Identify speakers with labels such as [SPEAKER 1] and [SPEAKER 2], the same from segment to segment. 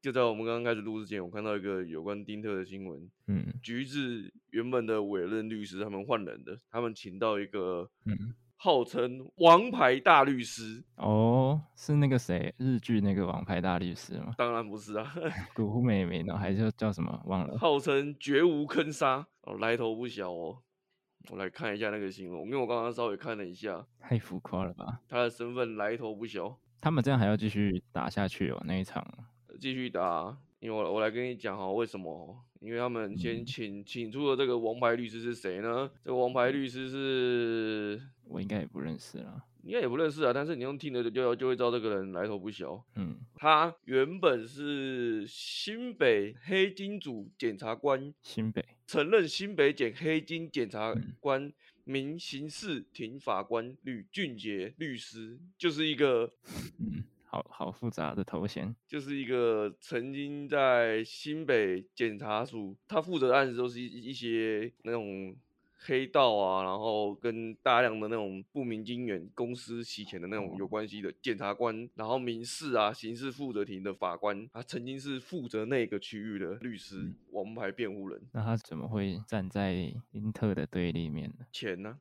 [SPEAKER 1] 就在我们刚刚开始录之前，我看到一个有关丁特的新闻，
[SPEAKER 2] 嗯
[SPEAKER 1] 橘子原本的委任律师他们换人的，他们请到一个
[SPEAKER 2] 嗯，
[SPEAKER 1] 号称王牌大律师，
[SPEAKER 2] 哦，是那个谁，日剧那个《王牌大律师》吗？
[SPEAKER 1] 当然不是啊，
[SPEAKER 2] 古户美美呢，还是叫什么忘了？
[SPEAKER 1] 号称绝无坑杀哦，来头不小哦。我来看一下那个新闻，因为我刚刚稍微看了一下，
[SPEAKER 2] 太浮夸了吧！
[SPEAKER 1] 他的身份来头不小，
[SPEAKER 2] 他们这样还要继续打下去哦，那一场
[SPEAKER 1] 继续打。因为我我来跟你讲哈，为什么哦？因为他们先请请出的这个王牌律师是谁呢？这个王牌律师是
[SPEAKER 2] 我应该也不认识了。
[SPEAKER 1] 应该也不认识啊，但是你用听的就就就会知道这个人来头不小。
[SPEAKER 2] 嗯，
[SPEAKER 1] 他原本是新北黑金组检察官，
[SPEAKER 2] 新北，
[SPEAKER 1] 曾任新北检黑金检察
[SPEAKER 2] 嗯
[SPEAKER 1] 官民刑事庭法官吕俊杰律师，就是一个
[SPEAKER 2] 嗯，好好复杂的头衔。
[SPEAKER 1] 就是一个曾经在新北检察署，他负责的案子都是一一些那种黑道啊，然后跟大量的那种不明金源公司洗钱的那种有关系的检察官，然后民事啊、刑事负责庭的法官，他曾经是负责那个区域的律师、王牌辩护人，
[SPEAKER 2] 那他怎么会站在英特的对立面呢？
[SPEAKER 1] 钱呢、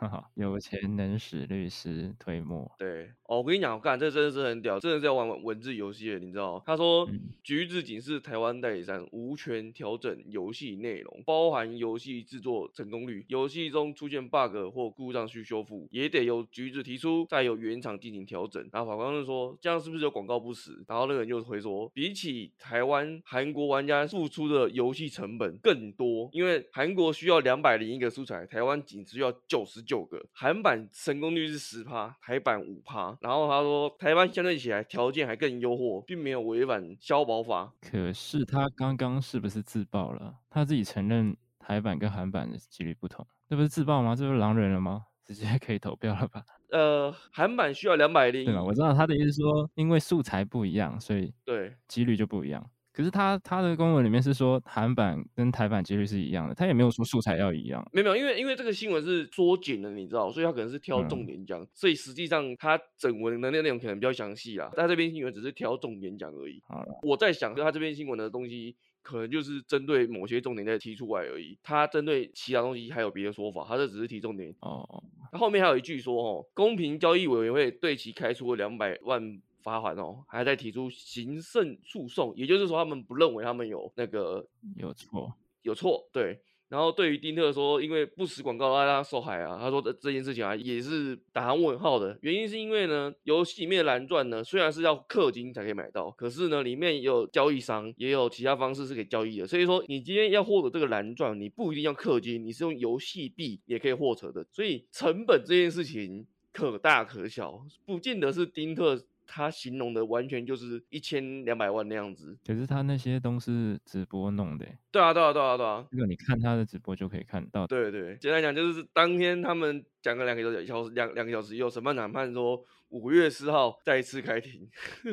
[SPEAKER 2] 哈哈，有钱能使律师推磨。
[SPEAKER 1] 对，哦，我跟你讲，我干，这真的是很屌，真的是在玩文文字游戏的，你知道？他说，
[SPEAKER 2] 嗯
[SPEAKER 1] 橘子警示台湾代理商无权调整游戏内容，包含游戏制作成功率、游戏中出现 bug 或故障需修复，也得由橘子提出，再由原厂进行调整。然后法官就说，这样是不是有广告不实？然后那个人又回说，比起台湾韩国玩家付出的游戏成本更多，因为韩国需要两百零一个素材，台湾仅需要九十九个，韩版成功率是十趴，台版五趴。然后他说，台湾相对起来条件还更优渥，并没有违反消保法。
[SPEAKER 2] 可是他刚刚是不是自爆了？他自己承认台版跟韩版的几率不同，这不是自爆吗？这不是狼人了吗？直接 可以投票了吧？
[SPEAKER 1] 呃，韩版需要两百零
[SPEAKER 2] 对吧？我知道他的意思是说，因为素材不一样，所以
[SPEAKER 1] 对
[SPEAKER 2] 几率就不一样。可是他他的公文里面是说韩版跟台版几率是一样的，他也没有说素材要一样。
[SPEAKER 1] 没有，没有因为因为这个新闻是缩减的，你知道，所以他可能是挑重
[SPEAKER 2] 嗯
[SPEAKER 1] 点讲，所以实际上他整文的内内容可能比较详细啊，但这篇新闻只是挑重点讲而已。
[SPEAKER 2] 好了，
[SPEAKER 1] 我在想，他这篇新闻的东西可能就是针对某些重点在提出来而已，他针对其他东西还有别的说法，他这只是提重点。
[SPEAKER 2] 哦，
[SPEAKER 1] 他后面还有一句说，哦，公平交易委员会对其开出两百万罚款哦，还在提出行政诉讼，也就是说他们不认为他们有那个
[SPEAKER 2] 有错，
[SPEAKER 1] 有错，对。然后对于丁特说，因为不实广告让他受害啊，他说这这件事情啊也是打上问号的。原因是因为呢，游戏里面的蓝钻呢虽然是要氪金才可以买到，可是呢里面也有交易商，也有其他方式是可以交易的。所以说你今天要获得这个蓝钻，你不一定要氪金，你是用游戏币也可以获得的。所以成本这件事情可大可小，不见得是丁特他形容的完全就是一千两百万那样子。
[SPEAKER 2] 可是他那些都是直播弄的欸，
[SPEAKER 1] 对啊，对啊，对啊，对啊。
[SPEAKER 2] 这个你看他的直播就可以看到。
[SPEAKER 1] 对对，简单讲就是当天他们讲个两个小时，小时两两个小时以后，审判长判说五月四号再次开庭。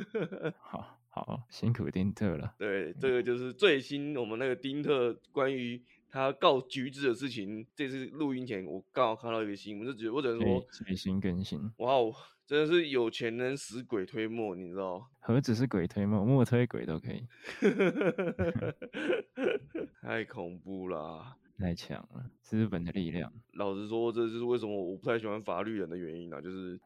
[SPEAKER 2] 好好辛苦丁特了。
[SPEAKER 1] 对，这个就是最新我们那个丁特关于他告橘子的事情。这次录音前我刚好看到一个新闻，就觉得我只能
[SPEAKER 2] 对
[SPEAKER 1] 说，，
[SPEAKER 2] 最新更新，
[SPEAKER 1] 哇哦，真的是有钱人使鬼推磨，你知道吗？
[SPEAKER 2] 何止是鬼推磨，磨推鬼都可以，
[SPEAKER 1] 太恐怖啊啦！
[SPEAKER 2] 太强了，资本的力量。
[SPEAKER 1] 老实说，这就是为什么我不太喜欢法律人的原因啊，就是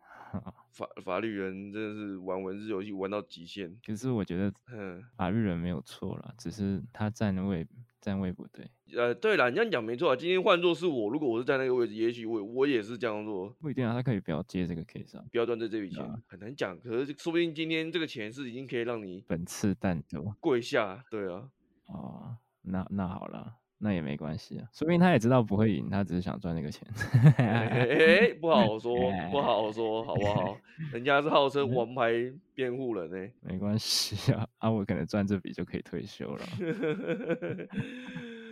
[SPEAKER 1] 法法律人真的是玩文字游戏玩到极限。
[SPEAKER 2] 可是我觉得
[SPEAKER 1] 嗯，
[SPEAKER 2] 法律人没有错啦，只是他站位站位不对，
[SPEAKER 1] 呃，对了，你这样讲没错啊。今天换做是我，如果我是在那个位置，也许我我也是这样做，
[SPEAKER 2] 不一定啊，他可以不要接这个 case 啊。
[SPEAKER 1] 不要赚这这笔钱，
[SPEAKER 2] 啊
[SPEAKER 1] 很难讲。可是说不定今天这个钱是已经可以让你
[SPEAKER 2] 本次弹多
[SPEAKER 1] 跪下，对啊，
[SPEAKER 2] 哦，那那好了，那也没关系啊，说不定他也知道不会赢，他只是想赚那个钱。
[SPEAKER 1] 哎、哎不好说，不好说，好不好？人家是号称王牌辩护人呢、
[SPEAKER 2] 没关系啊，啊，我可能赚这笔就可以退休了。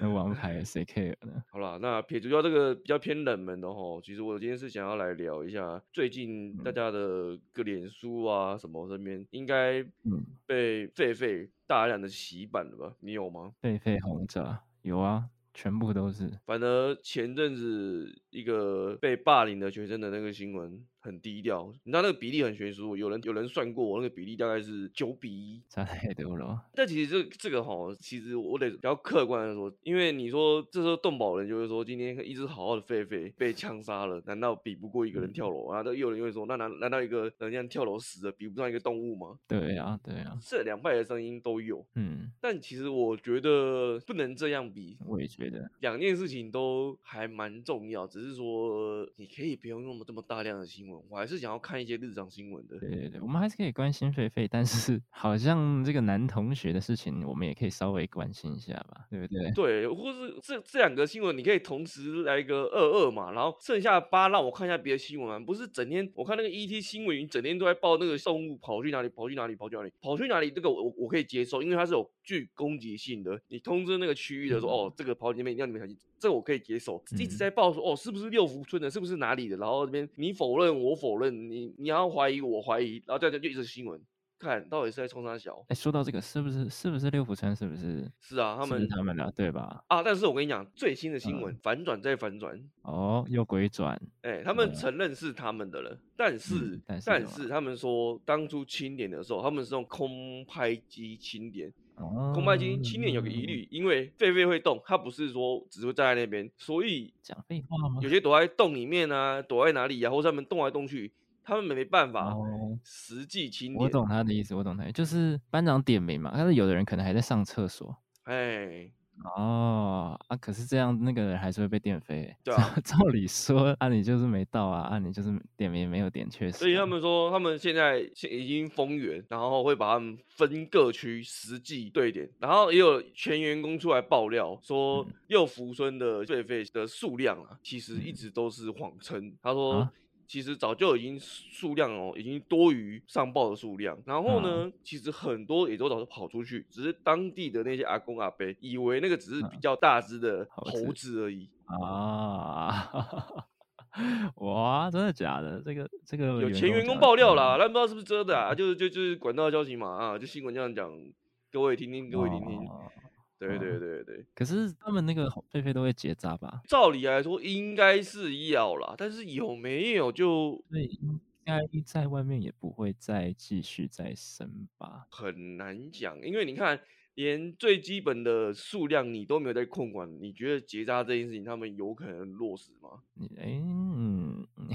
[SPEAKER 2] 那王牌谁 care 呢？
[SPEAKER 1] 好啦，那撇除掉这个比较偏冷门的吼，其实我今天是想要来聊一下最近大
[SPEAKER 2] 嗯
[SPEAKER 1] 家的个脸书啊什么身边应该
[SPEAKER 2] 嗯，
[SPEAKER 1] 被狒狒大量的洗版了吧？你有吗？
[SPEAKER 2] 狒狒红炸有啊，全部都是。
[SPEAKER 1] 反而前阵子一个被霸凌的学生的那个新闻，很低调，你知道那个比例很悬殊，有人有人算过，那个比例大概是九比一。
[SPEAKER 2] 差太多了 吧。
[SPEAKER 1] 但其实这这个哈，其实我得比较客观的说，因为你说这时候动保人就会说，今天一只好好的狒狒被枪杀了，难道比不过一个人跳楼啊？那又有人会说，那难难道一个人家跳楼死了比不上一个动物吗？
[SPEAKER 2] 对啊，对啊，
[SPEAKER 1] 这两派的声音都有，
[SPEAKER 2] 嗯，
[SPEAKER 1] 但其实我觉得不能这样比，
[SPEAKER 2] 我也觉得，
[SPEAKER 1] 两件事情都还蛮重要，只是说你可以不用那么这么大量的新闻，我还是想要看一些日常新闻的。
[SPEAKER 2] 对对对，我们还是可以关心狒狒，但是 好像这个男同学的事情，我们也可以稍微关心一下吧，对不对？
[SPEAKER 1] 对，或是这这两个新闻，你可以同时来一个二二嘛，然后剩下八让我看一下别的新闻嘛，啊不是整天我看那个 ET 新闻，整天都在报那个动物跑去哪里，跑去哪里，跑去哪里，跑去哪里，这个我我我可以接受，因为它是有具攻击性的。你通知那个区域的说，哦，这个跑里面要你们小心，这个我可以接受。一直
[SPEAKER 2] 嗯
[SPEAKER 1] 在报说，哦，是不是六福村的，是不是哪里的，然后这边你否认我否认，你你要怀疑我怀疑，然后这样就一直新闻，看到底是在冲啥小？
[SPEAKER 2] 哎，说到这个，是不是是不是六福村？是不是
[SPEAKER 1] 是啊，他
[SPEAKER 2] 是不
[SPEAKER 1] 们
[SPEAKER 2] 是他们的对吧？
[SPEAKER 1] 啊，但是我跟你讲，最新的新
[SPEAKER 2] 嗯
[SPEAKER 1] 闻、反转再反转，
[SPEAKER 2] 哦，又鬼转，
[SPEAKER 1] 哎、他们
[SPEAKER 2] 呃
[SPEAKER 1] 承认是他们的了，但是、
[SPEAKER 2] 嗯但是
[SPEAKER 1] 但
[SPEAKER 2] 什么
[SPEAKER 1] 是他们说当初清点的时候，他们是用空拍机清点，
[SPEAKER 2] 哦，嗯
[SPEAKER 1] 空拍机清点有个疑虑，因为狒狒会动，它不是说只会站在那边，所以
[SPEAKER 2] 讲废话吗？
[SPEAKER 1] 有些躲在洞里面啊，躲在哪里啊，或者他们动来动去，他们没办法
[SPEAKER 2] 哦
[SPEAKER 1] 实际清
[SPEAKER 2] 我
[SPEAKER 1] 点，
[SPEAKER 2] 懂他的意思，我懂他的意思，就是班长点名嘛，但是有的人可能还在上厕所。
[SPEAKER 1] 哎，
[SPEAKER 2] 哦啊，可是这样那个人还是会被电飞欸。
[SPEAKER 1] 对
[SPEAKER 2] 照
[SPEAKER 1] 啊
[SPEAKER 2] 照理说，啊你就是没到啊，啊你就是点名没有点确实啊。
[SPEAKER 1] 所以他们说他们现在现已经封园，然后会把他们分各区实际对点，然后也有全员工出来爆料说
[SPEAKER 2] 嗯
[SPEAKER 1] 六福村的狒狒的数量啊，其实一直都是谎称，他说。
[SPEAKER 2] 啊
[SPEAKER 1] 其实早就已经数量哦，已经多于上报的数量。然后呢，
[SPEAKER 2] 嗯
[SPEAKER 1] 其实很多也都早就跑出去，只是当地的那些阿公阿伯以为那个只是
[SPEAKER 2] 嗯
[SPEAKER 1] 比较大只的
[SPEAKER 2] 猴
[SPEAKER 1] 猴
[SPEAKER 2] 子
[SPEAKER 1] 子而已。
[SPEAKER 2] 啊， 哇，真的假的？这个这个
[SPEAKER 1] 有前员工
[SPEAKER 2] 讲得嗯
[SPEAKER 1] 爆
[SPEAKER 2] 真
[SPEAKER 1] 料
[SPEAKER 2] 的
[SPEAKER 1] 啦，，但不知道是不是真的啊，就是就就是管道消息嘛啊，就新闻这样讲，各位听听，各位听听，
[SPEAKER 2] 哦
[SPEAKER 1] 对对
[SPEAKER 2] 哦
[SPEAKER 1] 对对，
[SPEAKER 2] 可是他们那个红狒狒都会结扎吧？
[SPEAKER 1] 照理来说应该是要啦，但是有没有就
[SPEAKER 2] 所以应该在外面也不会再继续再生吧？
[SPEAKER 1] 很难讲，因为你看。连最基本的数量你都没有在控管，你觉得结扎这件事情他们有可能落实吗？
[SPEAKER 2] 你哎、嗯，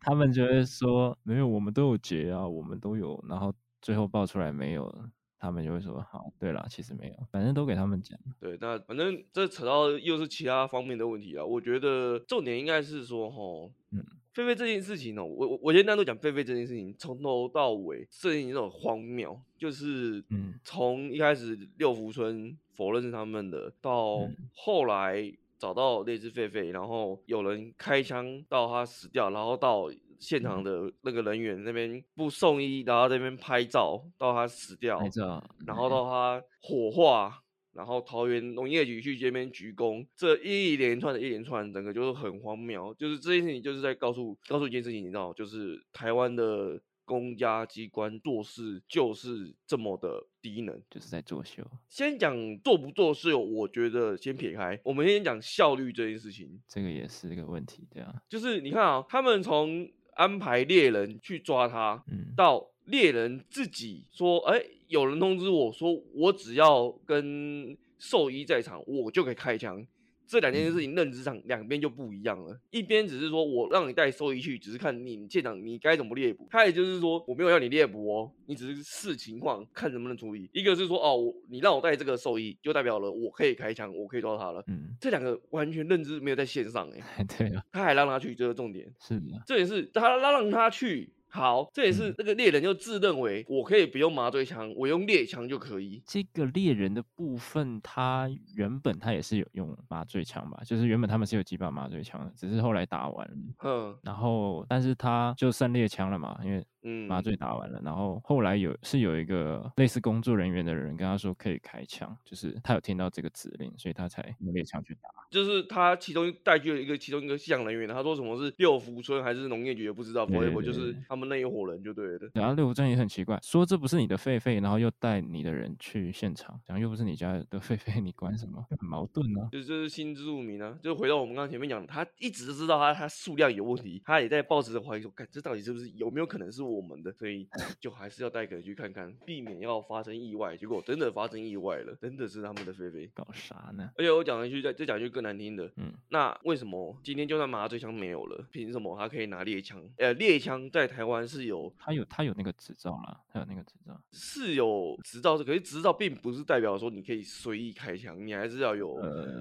[SPEAKER 2] 他们就会说没有，我们都有结啊，我们都有，然后最后爆出来没有了，他们就会说好，对了，其实没有，反正都给他们讲。
[SPEAKER 1] 对，那反正这扯到又是其他方面的问题啊。我觉得重点应该是说，吼，
[SPEAKER 2] 嗯
[SPEAKER 1] 狒狒这件事情哦，我我我先单独讲狒狒这件事情，从头到尾这件事情都很荒谬，就是
[SPEAKER 2] 嗯
[SPEAKER 1] 从一开始六福村否认是他们的，到
[SPEAKER 2] 嗯
[SPEAKER 1] 后来找到那只狒狒，然后有人开枪到他死掉，然后到现场
[SPEAKER 2] 嗯
[SPEAKER 1] 的那个人员那边不送医，然后在那边拍照到他死掉，
[SPEAKER 2] 拍照，
[SPEAKER 1] 然后到他火化，然后桃园农业局去这边鞠躬，这一连串的一连串，整个就是很荒谬。就是这件事情，就是在告诉告诉一件事情，你知道吗，就是台湾的公家机关做事就是这么的低能。
[SPEAKER 2] 就是在作秀，
[SPEAKER 1] 先讲做不做事，我觉得先撇开，我们先讲效率这件事情。
[SPEAKER 2] 这个也是一个问题，对啊，
[SPEAKER 1] 就是你看啊，他们从安排猎人去抓他，
[SPEAKER 2] 嗯，
[SPEAKER 1] 到猎人自己说，哎、有人通知我说，我只要跟兽医在场，我就可以开枪。这两件事情认知上两边就不一样了，一边只是说我让你带兽医去，只是看你现场你该怎么猎捕，他也就是说我没有要你猎捕哦，你只是视情况看能不能处理。一个是说哦，我你让我带这个兽医，就代表了我可以开枪，我可以抓他了。
[SPEAKER 2] 嗯，
[SPEAKER 1] 这两个完全认知没有在线上哎、
[SPEAKER 2] 对啊，
[SPEAKER 1] 他还让他去，这是重点。
[SPEAKER 2] 是的，
[SPEAKER 1] 这也是他他让他去。好，这也是
[SPEAKER 2] 嗯
[SPEAKER 1] 那个猎人就自认为我可以不用麻醉枪，我用猎枪就可以。
[SPEAKER 2] 这个猎人的部分，他原本他也是有用麻醉枪吧，就是原本他们是有几把麻醉枪的，只是后来打完
[SPEAKER 1] 嗯
[SPEAKER 2] 了。
[SPEAKER 1] 哼，
[SPEAKER 2] 然后，但是他就剩猎枪了嘛，因为
[SPEAKER 1] 嗯，
[SPEAKER 2] 麻醉打完了，然后后来有是有一个类似工作人员的人跟他说可以开枪，就是他有听到这个指令，所以他才用猎枪去打。
[SPEAKER 1] 就是他其中带去了一个其中一个饲养人员，他说什么是六福村还是农业局也不知道
[SPEAKER 2] 对对啊
[SPEAKER 1] ，forever 就是他他们那一伙人就对了。
[SPEAKER 2] 然后六福镇也很奇怪，说这不是你的狒狒，然后又带你的人去现场，讲又不是你家的狒狒，你管什么？很矛盾啊。
[SPEAKER 1] 就是就是新知入民啊，就回到我们刚刚前面讲的，他一直知道他他数量有问题，他也在抱持着怀疑说，看这到底是不是有没有可能是我们的，所 以就还是要带个人去看看，避免要发生意外。结果真的发生意外了，真的是他们的菲菲。
[SPEAKER 2] 搞啥呢？
[SPEAKER 1] 而且我讲一句，再再讲一句更难听的，
[SPEAKER 2] 嗯，
[SPEAKER 1] 那为什么今天就算麻醉枪没有了，凭什么他可以拿猎枪？呃，猎枪在台湾是有
[SPEAKER 2] 他有他有那个执照啦，他有那个执照。
[SPEAKER 1] 是有执照的，可是执照并不是代表说你可以随意开枪，你还是要有
[SPEAKER 2] 呃，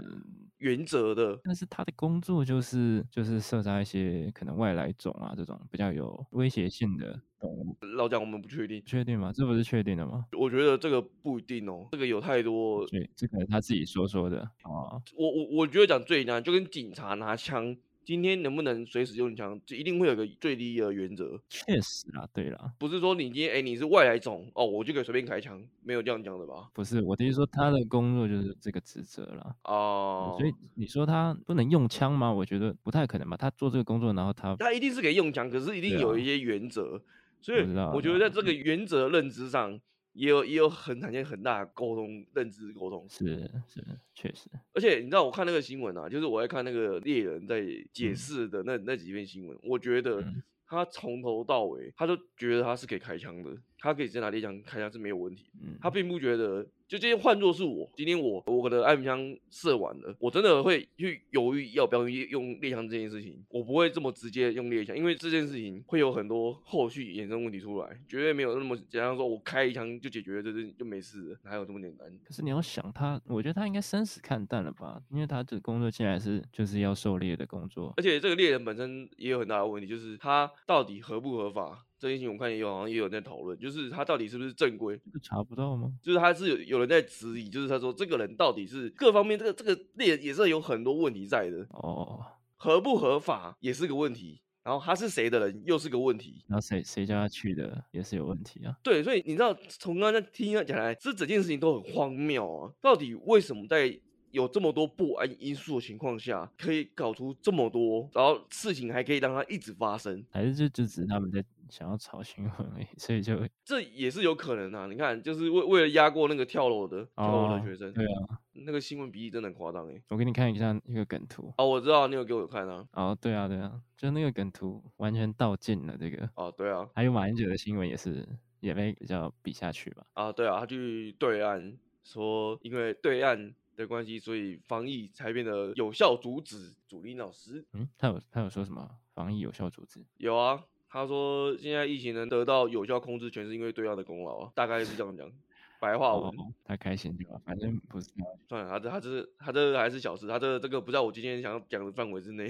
[SPEAKER 1] 原则的。
[SPEAKER 2] 但是他的工作就是就是射杀一些可能外来种啊这种比较有威胁性的动物，
[SPEAKER 1] 老蒋，我们不确定，
[SPEAKER 2] 确定吗？这不是确定的吗？
[SPEAKER 1] 我觉得这个不一定哦，这个有太多。
[SPEAKER 2] 对，这个他自己说说的哦，
[SPEAKER 1] 我我我觉得讲最难，就跟警察拿枪，今天能不能随时用枪，这一定会有个最低的原则，
[SPEAKER 2] 确实啦，对啦，
[SPEAKER 1] 不是说你今天哎你是外来种哦，我就可以随便开枪，没有这样讲的吧？
[SPEAKER 2] 不是我的意思说他的工作就是这个职责啦。
[SPEAKER 1] 哦、
[SPEAKER 2] 所以你说他不能用枪吗？我觉得不太可能吧。他做这个工作，然后他
[SPEAKER 1] 他一定是可以用枪，可是一定
[SPEAKER 2] 对
[SPEAKER 1] 有
[SPEAKER 2] 啊
[SPEAKER 1] 一些原则，所以
[SPEAKER 2] 我知道啊
[SPEAKER 1] 我觉
[SPEAKER 2] 我
[SPEAKER 1] 得在
[SPEAKER 2] 知
[SPEAKER 1] 这
[SPEAKER 2] 道
[SPEAKER 1] 个原则认知上。也有也有很产生很大的沟通认知沟通，
[SPEAKER 2] 是是确实，
[SPEAKER 1] 而且你知道我看那个新闻啊，就是我在看那个猎人在解释的那、那几篇新闻，我觉得
[SPEAKER 2] 嗯
[SPEAKER 1] 他从头到尾他都觉得他是可以开枪的，他可以直接拿猎枪开枪是没有问题的。
[SPEAKER 2] 嗯，
[SPEAKER 1] 他并不觉得，就今天换作是我，今天我我的暗枪射完了，我真的会去犹豫要不要用猎枪这件事情，我不会这么直接用猎枪，因为这件事情会有很多后续衍生问题出来，绝对没有那么简单说我开一枪就解决了这件就没事了，哪有这么简单？
[SPEAKER 2] 可是你要想他，我觉得他应该生死看淡了吧，因为他的工作竟然是就是要狩猎的工作
[SPEAKER 1] 而，且这个猎人本身也有很大的问题，就是他到底合不合法？这件事情我看也有好像也有在讨论，就是他到底是不是正规？
[SPEAKER 2] 这查不到吗？
[SPEAKER 1] 就是他是有有人在质疑，就是他说这个人到底是各方面这个这个猎人也是有很多问题在的，
[SPEAKER 2] 哦，
[SPEAKER 1] 合不合法也是个问题，然后他是谁的人又是个问题。
[SPEAKER 2] 然后谁谁叫他去的也是有问题啊。
[SPEAKER 1] 对，所以你知道从刚才听他讲来，这整件事情都很荒谬啊！到底为什么在有这么多不安因素的情况下，可以搞出这么多，然后事情还可以让它一直发生？
[SPEAKER 2] 还是就就只是他们在想要炒新闻而已，所以就
[SPEAKER 1] 这也是有可能啊！你看，就是为为了压过那个跳楼的跳楼的
[SPEAKER 2] 哦
[SPEAKER 1] 学生，
[SPEAKER 2] 对啊。
[SPEAKER 1] 那个新闻比例真的很夸张哎！
[SPEAKER 2] 我给你看一下一个梗图。
[SPEAKER 1] 哦，我知道你有给我看啊！
[SPEAKER 2] 哦，对啊，对啊，就那个梗图完全道尽了这个。
[SPEAKER 1] 哦，对啊，
[SPEAKER 2] 还有马英九的新闻也是也被比较比下去吧。
[SPEAKER 1] 啊，对啊，他去对岸说，因为对岸的关系，所以防疫才变得有效阻止主力闹事。
[SPEAKER 2] 嗯，他有他有说什么防疫有效组织？
[SPEAKER 1] 有啊，他说现在疫情能得到有效控制，全是因为对岸的功劳啊，大概是这样讲。白话文，
[SPEAKER 2] 哦，他开心就好，反正不是啊他。
[SPEAKER 1] 算了，他这他这是他这还是小事，他这这个不在我今天想要讲的范围之内。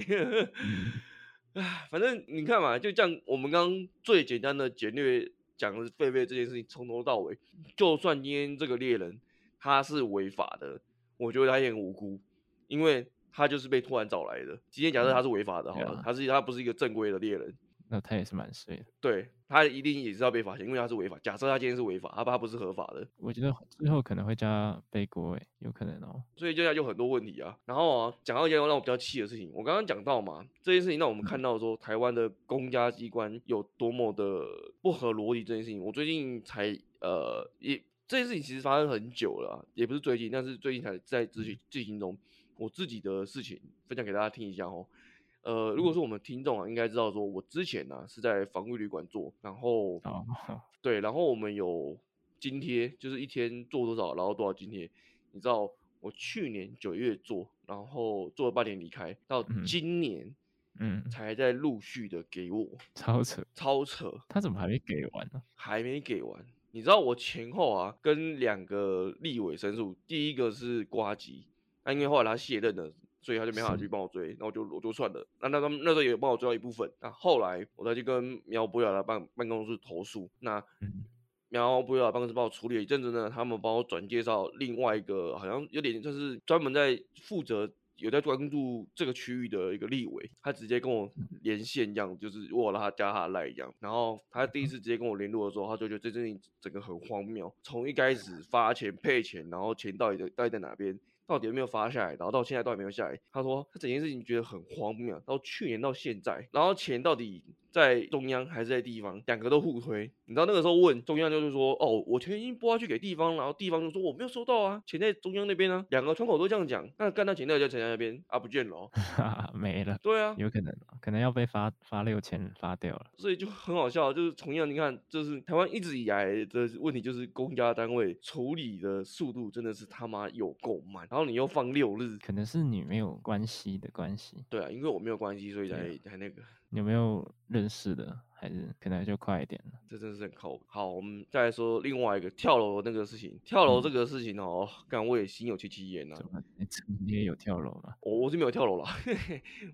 [SPEAKER 1] 唉，反正你看嘛，就这样，我们刚刚最简单的简略讲的是狒狒这件事情，从头到尾，就算今天这个猎人他是违法的，我觉得他也很无辜，因为他就是被突然找来的。今天假设他是违法的，好
[SPEAKER 2] 对
[SPEAKER 1] 了，
[SPEAKER 2] 啊
[SPEAKER 1] 他是他不是一个正规的猎人，
[SPEAKER 2] 那他也是蛮衰的。
[SPEAKER 1] 对他一定也是要被罚钱，因为他是违法。假设他今天是违法，他他不是合法的，
[SPEAKER 2] 我觉得最后可能会叫他背锅诶，有可能哦。
[SPEAKER 1] 所以接下来就很多问题啊。然后啊，讲到一件让我比较气的事情，我刚刚讲到嘛，这件事情让我们看到说台湾的公家机关有多么的不合逻辑。这件事情，我最近才呃也这件事情其实发生很久了啊、也不是最近，但是最近才在执行进行中。我自己的事情分享给大家听一下哦。呃，
[SPEAKER 2] 嗯
[SPEAKER 1] 如果说我们听众啊，应该知道说，我之前呢、是在防御旅馆做，然后
[SPEAKER 2] 哦，
[SPEAKER 1] 对，然后我们有津贴，就是一天做多少，然后多少津贴。你知道我去年九月做，然后做了半年离开，到
[SPEAKER 2] 嗯
[SPEAKER 1] 今年
[SPEAKER 2] 嗯，
[SPEAKER 1] 才在陆续的给我，
[SPEAKER 2] 超扯，
[SPEAKER 1] 超扯，
[SPEAKER 2] 他怎么还没给完呢、
[SPEAKER 1] 还没给完。你知道我前后啊跟两个立委申诉，第一个是瓜吉，那因为后来他卸任了，所以他就没办法
[SPEAKER 2] 是
[SPEAKER 1] 去帮我追，那我就我就算了。那那他们那时候也帮我追到一部分，那后来我再去跟苗博雅的办办公室投诉，那
[SPEAKER 2] 嗯
[SPEAKER 1] 苗博雅办公室帮我处理了一阵子呢，他们帮我转介绍另外一个好像有点就是专门在负责。有在关注这个区域的一个立委，他直接跟我连线一样，就是我有让他加他赖一样。然后他第一次直接跟我联络的时候，他就觉得这件事情整个很荒谬，从一开始发钱配钱，然后钱到底在到底在哪边，到底有没有发下来，然后到现在到底有没有下来？他说他整件事情觉得很荒谬，到去年到现在，然后钱到底在中央还是在地方，两个都互推。你知道那个时候问中央就是说，哦，我钱已经拨下去给地方，然后地方就说我没有收到啊，钱在中央那边啊，两个窗口都这样讲，那干到钱到底在中央那边啊不见了哦、
[SPEAKER 2] 没了，
[SPEAKER 1] 对啊，
[SPEAKER 2] 有可能哦可能要被罚罚六千罚掉了。
[SPEAKER 1] 所以就很好笑，啊就是同样你看，就是台湾一直以来的问题，就是公家单位处理的速度真的是他妈有够慢，然后你又放六日，
[SPEAKER 2] 可能是你没有关系的关系，
[SPEAKER 1] 对啊，因为我没有关系，所以才
[SPEAKER 2] 对啊
[SPEAKER 1] 才那个，
[SPEAKER 2] 你有没有认识的？还是可能就快一点了。
[SPEAKER 1] 这真是很靠好，我们再来说另外一个跳楼那个事情，跳楼
[SPEAKER 2] 嗯
[SPEAKER 1] 这个事情哦，干我也心有戚戚焉呐
[SPEAKER 2] 怎。么？你你也有跳楼吗？
[SPEAKER 1] 我我是没有跳楼啦，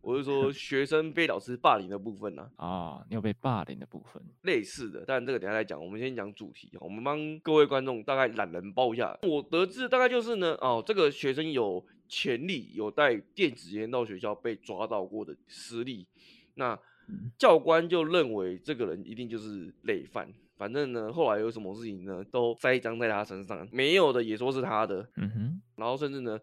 [SPEAKER 1] 我是说学生被老师霸凌的部分呐、
[SPEAKER 2] 哦，你有被霸凌的部分。
[SPEAKER 1] 类似的，但这个等一下再讲。我们先讲主题，我们帮各位观众大概懒人包一下。我得知的大概就是呢，哦，这个学生有潜力有带电子烟到学校被抓到过的实例，那
[SPEAKER 2] 嗯
[SPEAKER 1] 教官就认为这个人一定就是累犯。反正呢，后来有什么事情呢，都栽赃在他身上，没有的也说是他的，
[SPEAKER 2] 嗯哼，
[SPEAKER 1] 然后甚至呢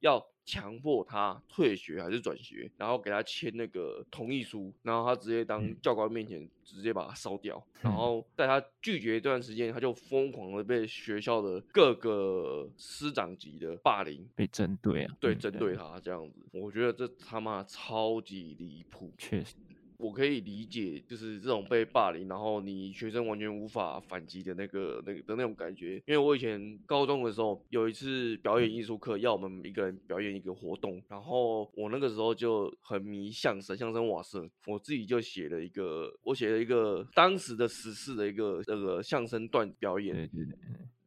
[SPEAKER 1] 要强迫他退学还是转学，然后给他签那个同意书，然后他直接当
[SPEAKER 2] 嗯
[SPEAKER 1] 教官面前直接把他烧掉，然
[SPEAKER 2] 嗯
[SPEAKER 1] 后在他拒绝这段时间，他就疯狂的被学校的各个师长级的霸凌。
[SPEAKER 2] 被针对啊。
[SPEAKER 1] 对，
[SPEAKER 2] 嗯
[SPEAKER 1] 针对，他这样子，我觉得这他妈超级离谱。
[SPEAKER 2] 确实。
[SPEAKER 1] 我可以理解，就是这种被霸凌，然后你学生完全无法反击的那个、那个的那种感觉。因为我以前高中的时候有一次表演艺术课，要我们一个人表演一个活动，然后我那个时候就很迷相声、相声瓦舍，我自己就写了一个，我写了一个当时的时事的一个那个相声段表演，
[SPEAKER 2] 对对对，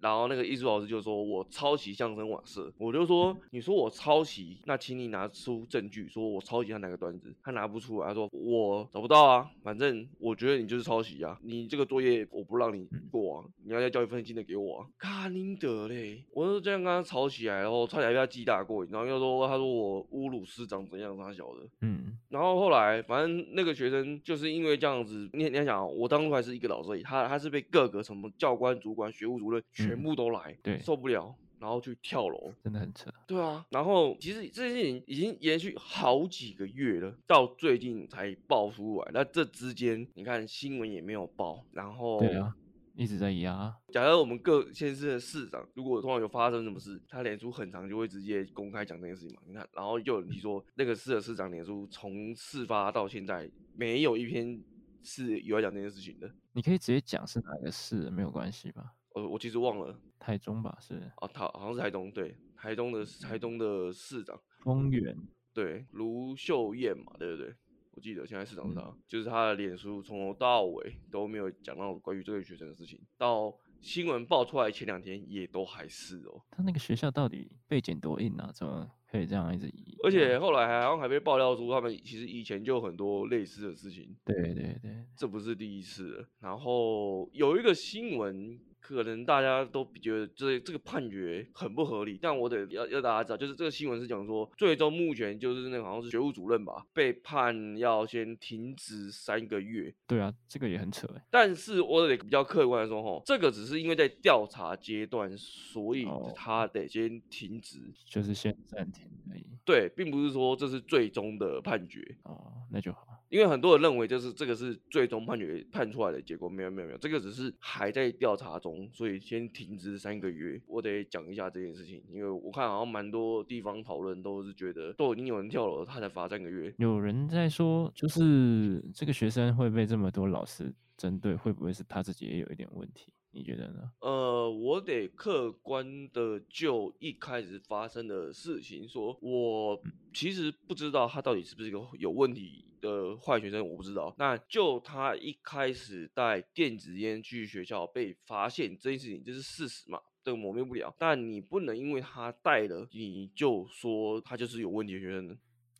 [SPEAKER 1] 然后那个艺术老师就说我抄袭相声瓦舍，我就说你说我抄袭，那请你拿出证据，说我抄袭他哪个段子，他拿不出来，他说我找不到啊，反正我觉得你就是抄袭啊，你这个作业我不让你过啊，你要再交一份新的给我啊，卡林德嘞，我就这样跟他吵起来，然后差点被他击打过，然后又说他说我侮辱师长怎样他小的，
[SPEAKER 2] 嗯，
[SPEAKER 1] 然后后来，反正那个学生就是因为这样子，你你要想哦，我当初还是一个老师而已，他他是被各个什么教官、主管、学务主任全
[SPEAKER 2] 嗯
[SPEAKER 1] 部都来，
[SPEAKER 2] 对
[SPEAKER 1] 受不了，然后去跳楼。
[SPEAKER 2] 真的很扯。
[SPEAKER 1] 对啊，然后其实这件事情已经延续好几个月了，到最近才爆出来。那这之间，你看新闻也没有报，然后
[SPEAKER 2] 对啊，一直在压啊。
[SPEAKER 1] 假如我们各县市的市长，如果通常有发生什么事，他脸书很长就会直接公开讲这件事情嘛。你看，然后又有人提说，那个市的市长脸书从事发到现在，没有一篇是有在讲这件事情的。
[SPEAKER 2] 你可以直接讲是哪个市，没有关系吧？
[SPEAKER 1] 呃，我其实忘了
[SPEAKER 2] 台中吧，是
[SPEAKER 1] 啊，他好像是台东，对，台东的台东的市长，
[SPEAKER 2] 丰原。
[SPEAKER 1] 对，卢秀燕嘛，对不对？我记得现在市长是他，就是他的脸书从头到尾都没有讲到关于这个学生的事情，到新闻爆出来前两天也都还是哦。
[SPEAKER 2] 他那个学校到底背景多硬啊？怎么可以这样一直移？
[SPEAKER 1] 而且后来还好像还被爆料出，他们其实以前就有很多类似的事情，
[SPEAKER 2] 对对对，
[SPEAKER 1] 这不是第一次了。然后有一个新闻，可能大家都觉得这这个判决很不合理，但我得要要大家知道，就是这个新闻是讲说，最终目前就是那个好像是学务主任吧，被判要先停职三个月。
[SPEAKER 2] 对啊，这个也很扯欸
[SPEAKER 1] 但是我得比较客观的说，吼，这个只是因为在调查阶段，所以
[SPEAKER 2] 哦
[SPEAKER 1] 他得先停职，
[SPEAKER 2] 就是先暂停而已。
[SPEAKER 1] 对，并不是说这是最终的判决。
[SPEAKER 2] 哦，那就好。
[SPEAKER 1] 因为很多人认为就是这个是最终判决判出来的结果，没有没有没有，这个只是还在调查中，所以先停职三个月。我得讲一下这件事情，因为我看好像蛮多地方讨论都是觉得都已经有人跳楼了，他才罚三个月。
[SPEAKER 2] 有人在说，就是这个学生会被这么多老师针对，会不会是他自己也有一点问题？你觉得呢？
[SPEAKER 1] 呃，我得客观的就一开始发生的事情说，我其实不知道他到底是不是一个有问题的坏学生，我不知道。那就他一开始带电子烟去学校被发现这件事情，这是事实嘛？这个抹灭不了，但你不能因为他带了，你就说他就是有问题的学生，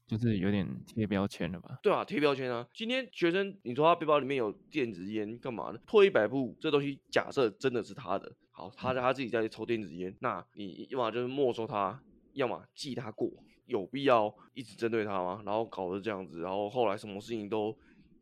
[SPEAKER 2] 就是有点贴标签了吧？
[SPEAKER 1] 对啊，贴标签啊。今天学生，你说他背包里面有电子烟，干嘛呢？退一百步，这东西假设真的是他的，好，他他自己在抽电子烟，那你要么就是没收他，要么记他过，有必要一直针对他吗？然后搞得这样子，然后后来什么事情都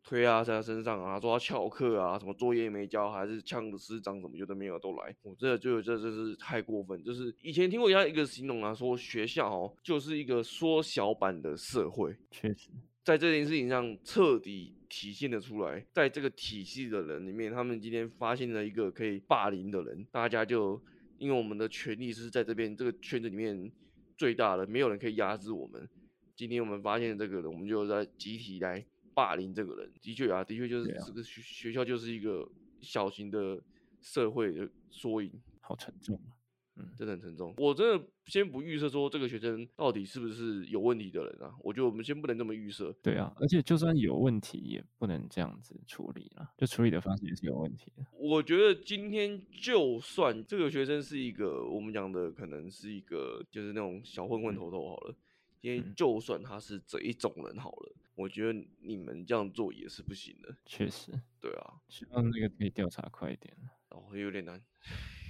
[SPEAKER 1] 推啊在他身上啊，说他翘课啊，什么作业没交，还是呛师长什么有的没有都来，我这就这真是太过分。就是以前听过人家一个形容啊，说学校哦就是一个缩小版的社会，
[SPEAKER 2] 确实，
[SPEAKER 1] 在这件事情上彻底体现的出来，在这个体系的人里面，他们今天发现了一个可以霸凌的人，大家就因为我们的权利是在这边这个圈子里面最大的，没有人可以压制我们。今天我们发现这个人，我们就在集体来霸凌这个人。的确啊，的确就是
[SPEAKER 2] 对啊
[SPEAKER 1] 这个学学校就是一个小型的社会的缩影。
[SPEAKER 2] 好沉重。啊
[SPEAKER 1] 真的很沉重。我真的先不预设说这个学生到底是不是有问题的人啊，我觉得我们先不能这么预设。
[SPEAKER 2] 对啊，而且就算有问题，也不能这样子处理啦，就处理的方式也是有问题的。
[SPEAKER 1] 我觉得今天就算这个学生是一个我们讲的可能是一个就是那种小混混头头好了，今天
[SPEAKER 2] 嗯
[SPEAKER 1] 就算他是这一种人好了，我觉得你们这样做也是不行的。
[SPEAKER 2] 确实，
[SPEAKER 1] 对啊，
[SPEAKER 2] 希望那个可以调查快一点。
[SPEAKER 1] 然后有点难，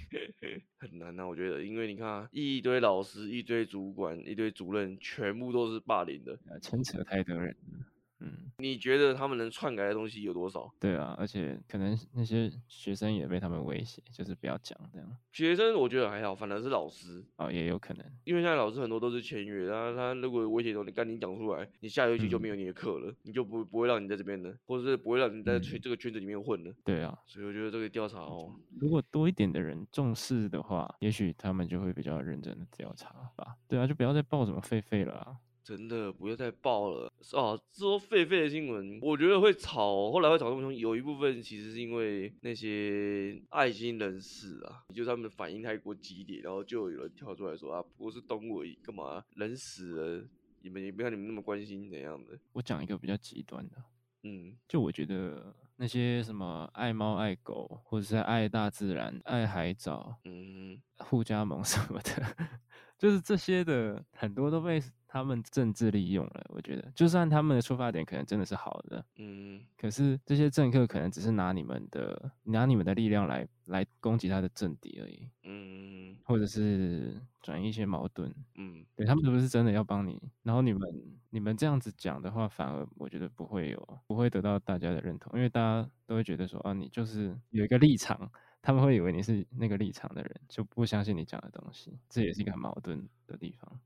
[SPEAKER 1] 很难啊，我觉得，因为你看、啊、一堆老师、一堆主管、一堆主任，全部都是霸凌的。
[SPEAKER 2] 呃，牵扯太多人了。嗯，
[SPEAKER 1] 你觉得他们能篡改的东西有多少？
[SPEAKER 2] 对啊，而且可能那些学生也被他们威胁，就是不要讲这样。
[SPEAKER 1] 学生我觉得还好，反而是老师，
[SPEAKER 2] 哦，也有可能。
[SPEAKER 1] 因为现在老师很多都是签约，然后他如果威胁说你赶紧讲出来，你下学期就没
[SPEAKER 2] 嗯
[SPEAKER 1] 有你的课了，你就不不会让你在这边了，或者是不会让你在圈
[SPEAKER 2] 嗯
[SPEAKER 1] 这个圈子里面混了。
[SPEAKER 2] 对啊，
[SPEAKER 1] 所以我觉得这个调查哦，
[SPEAKER 2] 如果多一点的人重视的话，也许他们就会比较认真的调查吧。对啊，就不要再报什么狒狒了啊。
[SPEAKER 1] 真的不要再爆了啊！说狒狒的新闻，我觉得会吵，后来会吵那么凶，有一部分其实是因为那些爱心人士啊，就是他们反应太过激烈，然后就有人跳出来说啊，不过是动物而已，干嘛人死了，你们也不看你们那么关心怎样的，
[SPEAKER 2] 我讲一个比较极端的，
[SPEAKER 1] 嗯。
[SPEAKER 2] 就我觉得那些什么爱猫爱狗，或者是爱大自然、爱海藻、
[SPEAKER 1] 嗯，
[SPEAKER 2] 互加盟 什么的，就是这些的很多都被他们政治利用了。我觉得，就算他们的出发点可能真的是好的，
[SPEAKER 1] 嗯，
[SPEAKER 2] 可是这些政客可能只是拿你们的拿你们的力量来来攻击他的政敌而已，
[SPEAKER 1] 嗯
[SPEAKER 2] 或者是转移一些矛盾。
[SPEAKER 1] 嗯，
[SPEAKER 2] 对他们是不是真的要帮你？然后你们你们这样子讲的话，反而我觉得不会有不会得到大家的认同，因为大家都会觉得说啊，你就是有一个立场，他们会以为你是那个立场的人，就不相信你讲的东西，这也是一个很矛盾的地方。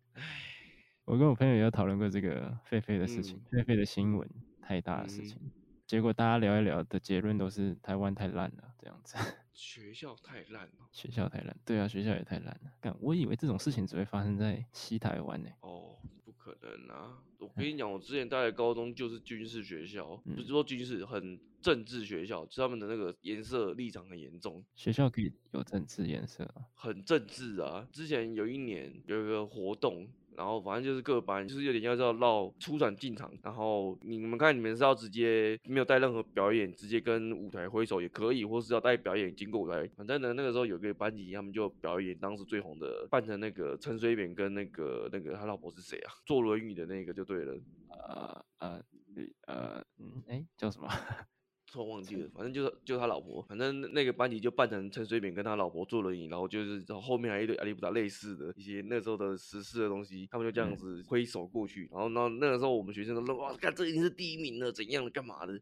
[SPEAKER 2] 我跟我朋友也有讨论过这个狒狒的事情，狒狒、的新闻太大的事
[SPEAKER 1] 嗯
[SPEAKER 2] 情，结果大家聊一聊的结论都是台湾太烂了，这样子。
[SPEAKER 1] 学校太烂了。
[SPEAKER 2] 学校太烂，对啊，学校也太烂了。干，我以为这种事情只会发生在西台湾呢、
[SPEAKER 1] 哦，不可能啊！我跟你讲，我之前待的高中就是军事学校，不是
[SPEAKER 2] 嗯
[SPEAKER 1] 说军事，很政治学校，就是他们的那个颜色立场很严重，
[SPEAKER 2] 学校可以有政治颜色啊，
[SPEAKER 1] 很政治啊。之前有一年有一个活动，然后反正就是各班，就是有点要要绕出场进场，然后你们看你们是要直接没有带任何表演，直接跟舞台挥手也可以，或是要带表演经过舞台。反正呢，那个时候有个班级，他们就表演当时最红的，扮成那个陈水扁跟那个那个他老婆是谁啊？ 坐轮椅的那个就对了。
[SPEAKER 2] 呃呃呃，嗯，哎、叫什么？
[SPEAKER 1] 突然忘记了，反正就是就是他老婆，反正那个班级就扮成陈水扁跟他老婆坐轮椅，然后就是然后后面还有一堆阿里不达类似的一些那时候的时事的东西，他们就这样
[SPEAKER 2] 嗯
[SPEAKER 1] 子挥手过去，然后然后那个时候我们学生都说哇，看这已经是第一名了，怎样的干嘛的，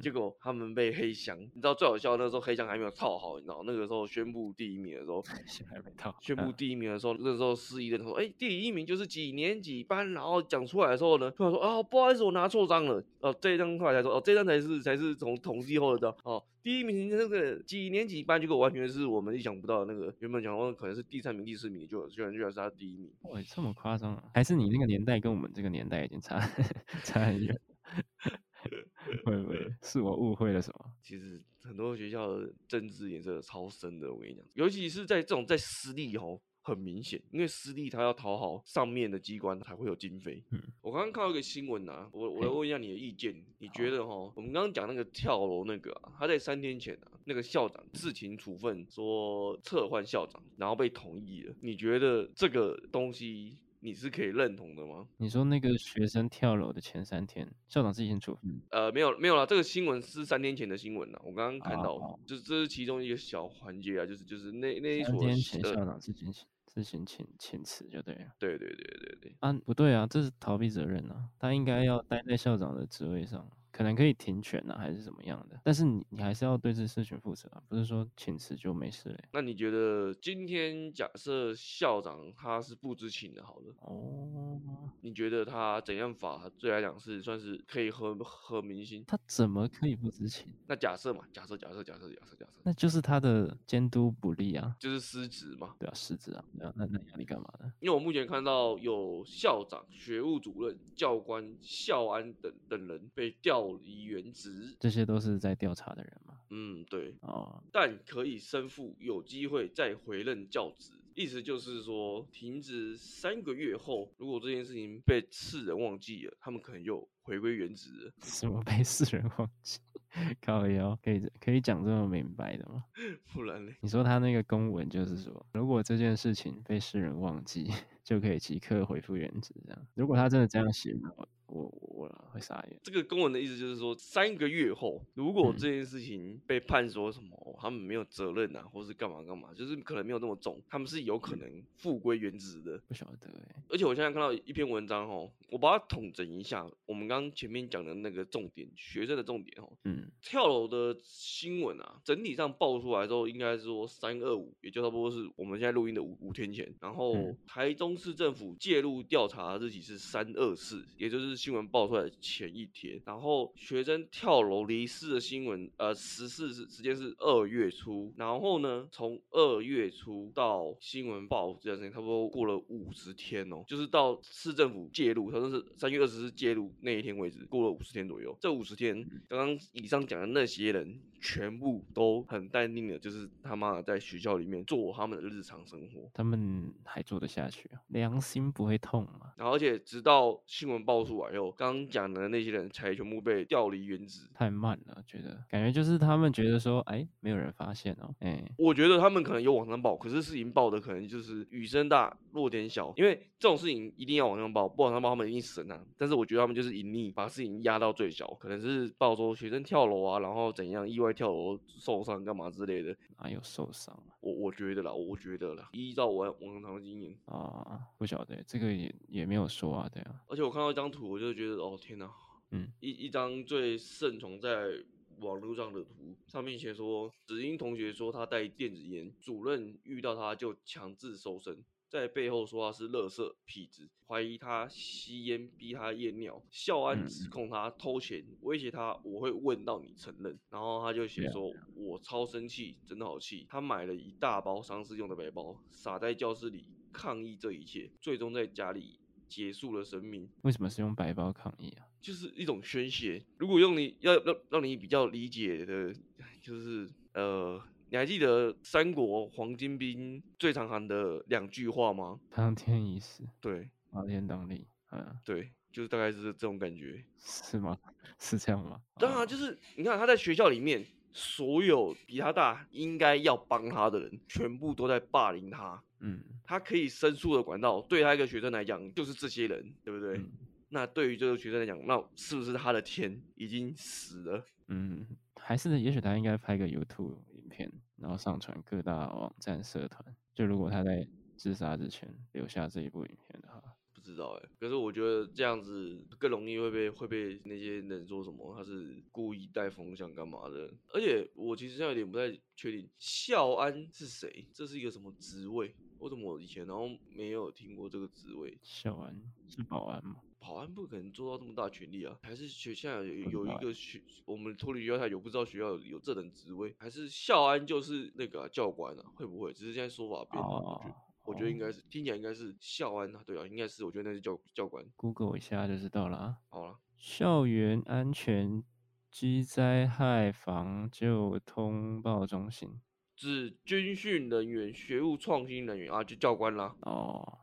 [SPEAKER 1] 结果他们被黑箱，你知道最好笑的那时候黑箱还没有套好，你知道那个时候宣布第一名的时候，
[SPEAKER 2] 现在没到。
[SPEAKER 1] 宣布
[SPEAKER 2] 嗯
[SPEAKER 1] 第一名的时候，那时候司仪的说：“哎、第一名就是几年几班。”然后讲出来的时候呢，突然说：“啊，不好意思，我拿错张了。”哦，这一张出来才说：“哦，这张才是才是从统计后的张。”哦，第一名那个几年几班，结果完全是我们意想不到的那个，原本想说可能是第三名、第四名，就居然居然是他第一名。
[SPEAKER 2] 呃哇，这么夸张啊？还是你那个年代跟我们这个年代已经差差很远？ 会 不会是我误会了什么？
[SPEAKER 1] 其实很多学校的政治颜色超深的，我跟你讲，尤其是在这种在私立哦，很明显，因为私立它要讨好上面的机关才会有经费。
[SPEAKER 2] 嗯
[SPEAKER 1] 我刚刚看到一个新闻啊，我我来
[SPEAKER 2] 嘿
[SPEAKER 1] 问一下你的意见，你觉
[SPEAKER 2] 好
[SPEAKER 1] 得哦哈，我们刚刚讲那个跳楼那个、啊，他在三天前啊，那个校长自行处分说撤换校长，然后被同意了，你觉得这个东西你是可以认同的吗？
[SPEAKER 2] 你说那个学生跳楼的前三天，校长自行处分，
[SPEAKER 1] 呃，没有没有啦，这个新闻是三天前的新闻啦，我刚刚看
[SPEAKER 2] 哦
[SPEAKER 1] 到，
[SPEAKER 2] 哦
[SPEAKER 1] 就是这是其中一个小环节啊，就是就是那那一
[SPEAKER 2] 三
[SPEAKER 1] 所
[SPEAKER 2] 天
[SPEAKER 1] 是
[SPEAKER 2] 前
[SPEAKER 1] 呃
[SPEAKER 2] 校长自行请自行请请辞就对了。
[SPEAKER 1] 对对对对对，
[SPEAKER 2] 啊，不对啊，这是逃避责任啊，他应该要待在校长的职位上。可能可以停权啊，还是怎么样的。但是你你还是要对这事情负责啊，不是说请辞就没事了。
[SPEAKER 1] 那你觉得今天假设校长他是不知情的，好了，
[SPEAKER 2] 哦，
[SPEAKER 1] 你觉得他怎样罚对来讲是算是可以和和明星？
[SPEAKER 2] 他怎么可以不知情？
[SPEAKER 1] 那假设嘛，假设假设假设假设假设，
[SPEAKER 2] 那就是他的监督不力啊，
[SPEAKER 1] 就是失职嘛。
[SPEAKER 2] 对啊，失职啊，对啊，那那压力干嘛呢？
[SPEAKER 1] 因为我目前看到有校长、学务主任、教官、校安等等人被调离原职。
[SPEAKER 2] 这些都是在调查的人嘛。
[SPEAKER 1] 嗯，对，
[SPEAKER 2] 哦，
[SPEAKER 1] 但可以身负有机会再回任教职。意思就是说，停职三个月后，如果这件事情被世人忘记了，他们可能又回归原职了。
[SPEAKER 2] 什么被世人忘记？ 靠腰可以可以讲这么明白的吗？
[SPEAKER 1] 不然嘞，
[SPEAKER 2] 你说他那个公文就是说，如果这件事情被世人忘记， 就可以即刻回复原职这样。如果他真的这样写，我我我会傻眼。
[SPEAKER 1] 这个公文的意思就是说，三个月后，如果
[SPEAKER 2] 嗯
[SPEAKER 1] 这件事情被判说什么、哦他们没有责任啊，或是干嘛干嘛，就是可能没有那么重，他们是有可能复归原职的。
[SPEAKER 2] 不晓得哎、
[SPEAKER 1] 而且我现在看到一篇文章哦，我把它统整一下，我们刚刚前面讲的那个重点，学生的重点哦，
[SPEAKER 2] 嗯，
[SPEAKER 1] 跳楼的新闻啊，整体上爆出来之后，应该是说三二五，也就差不多是我们现在录音的五五天前。然后
[SPEAKER 2] 嗯
[SPEAKER 1] 台中市政府介入调查的日期是三二四，也就是新闻爆出来的前一天。然后学生跳楼离世的新闻，呃，十四是时间是二月初。然后呢，从二月初到新闻爆这件事情，差不多过了五十天哦，就是到市政府介入，好像是三月二十日介入那一天为止，过了五十天左右。这五十天，刚刚以上讲的那些人，全部都很淡定的，就是他妈的在学校里面做他们的日常生活。
[SPEAKER 2] 他们还做得下去啊？良心不会痛吗？
[SPEAKER 1] 然后，而且直到新闻爆出来后，刚刚讲的那些人才全部被调离原职。
[SPEAKER 2] 太慢了，觉得感觉就是他们觉得说，哎，没有人发现哦，哎，
[SPEAKER 1] 我觉得他们可能有往上报，可是事情报的可能就是雨声大，落点小，因为这种事情一定要往上报，不往上报他们一定神啊。但是我觉得他们就是隐匿，把事情压到最小，可能是报说学生跳楼啊，然后怎样意外跳楼受伤干嘛之类的。
[SPEAKER 2] 哪有受伤啊？
[SPEAKER 1] 我我觉得啦，我觉得啦，依照我往常的经验，
[SPEAKER 2] 啊，不晓得，这个也也没有说啊，对啊，
[SPEAKER 1] 而且我看到一张图，我就觉得哦天哪，
[SPEAKER 2] 嗯，
[SPEAKER 1] 一一张最盛传在网络上的图，上面写说只因同学说他带电子烟，主任遇到他就强制搜身。在背后说他是垃圾痞子，怀疑他吸烟逼他验尿，校安
[SPEAKER 2] 嗯
[SPEAKER 1] 指控他偷钱，威胁他我会问到你承认。然后他就写
[SPEAKER 2] 对啊
[SPEAKER 1] 说，我超生气，真的好气。他买了一大包丧尸用的背包，撒在教室里抗议这一切，最终在家里结束了生命。
[SPEAKER 2] 为什么是用白包抗议啊？
[SPEAKER 1] 就是一种宣泄。如果用你要让让你比较理解的，就是呃，你还记得三国黄巾兵最常喊的两句话吗？
[SPEAKER 2] 苍天已死，
[SPEAKER 1] 对
[SPEAKER 2] 八天当立，嗯，
[SPEAKER 1] 对，就是大概是这种感觉。
[SPEAKER 2] 是吗？ 是这样吗？
[SPEAKER 1] 当然，
[SPEAKER 2] 哦
[SPEAKER 1] 啊就是你看他在学校里面，所有比他大应该要帮他的人，全部都在霸凌他。
[SPEAKER 2] 嗯，
[SPEAKER 1] 他可以申诉的管道，对他一个学生来讲，就是这些人，对不对？
[SPEAKER 2] 嗯
[SPEAKER 1] 那对于这个学生来讲，那是不是他的天已经死了？
[SPEAKER 2] 嗯，还是也许他应该拍个 YouTube 影片，然后上传各大网站社团。就如果他在自杀之前留下这一部影片的话，
[SPEAKER 1] 不知道哎、可是我觉得这样子更容易会被会被那些人说什么他是故意带风向干嘛的。而且我其实现在有点不太确定孝安是谁，这是一个什么职位？为什么我以前然后没有听过这个职位？
[SPEAKER 2] 校安是保安吗？
[SPEAKER 1] 保安不可能做到这么大权力啊？还是学校有
[SPEAKER 2] 不知
[SPEAKER 1] 有
[SPEAKER 2] 道
[SPEAKER 1] 一
[SPEAKER 2] 欸
[SPEAKER 1] 个学我们脱离学校太久，不知道学校有有这等职位？还是孝安就是那个啊、教官啊？会不会？只是现在说法变了。我觉得
[SPEAKER 2] 哦
[SPEAKER 1] 我觉得应
[SPEAKER 2] 哦
[SPEAKER 1] 该是听起来应该是孝安啊，对啊，应该是我觉得那是教教官。
[SPEAKER 2] ，Google 一下就知道了啊。
[SPEAKER 1] 好了，
[SPEAKER 2] 校园安全及灾害防救通报中心。
[SPEAKER 1] 指军训人员、学务创新人员啊，就教官啦，
[SPEAKER 2] 哦，